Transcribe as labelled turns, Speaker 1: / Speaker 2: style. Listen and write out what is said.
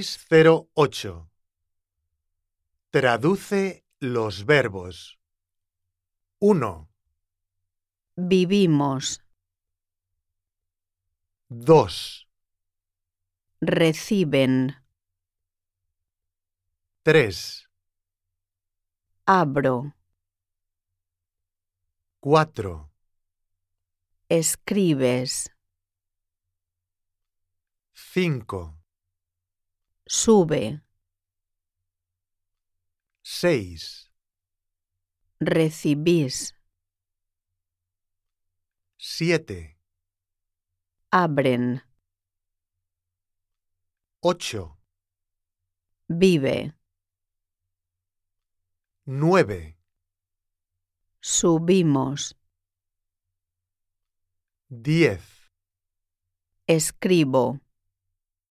Speaker 1: 608. Traduce los verbos. 1,
Speaker 2: Vivimos.
Speaker 1: 2,
Speaker 2: Reciben.
Speaker 1: 3,
Speaker 2: Abro.
Speaker 1: 4,
Speaker 2: Escribes.
Speaker 1: 5,
Speaker 2: Sube.
Speaker 1: 6,
Speaker 2: Recibís.
Speaker 1: 7,
Speaker 2: Abren.
Speaker 1: 8,
Speaker 2: Vive.
Speaker 1: 9,
Speaker 2: Subimos.
Speaker 1: 10.
Speaker 2: Escribo.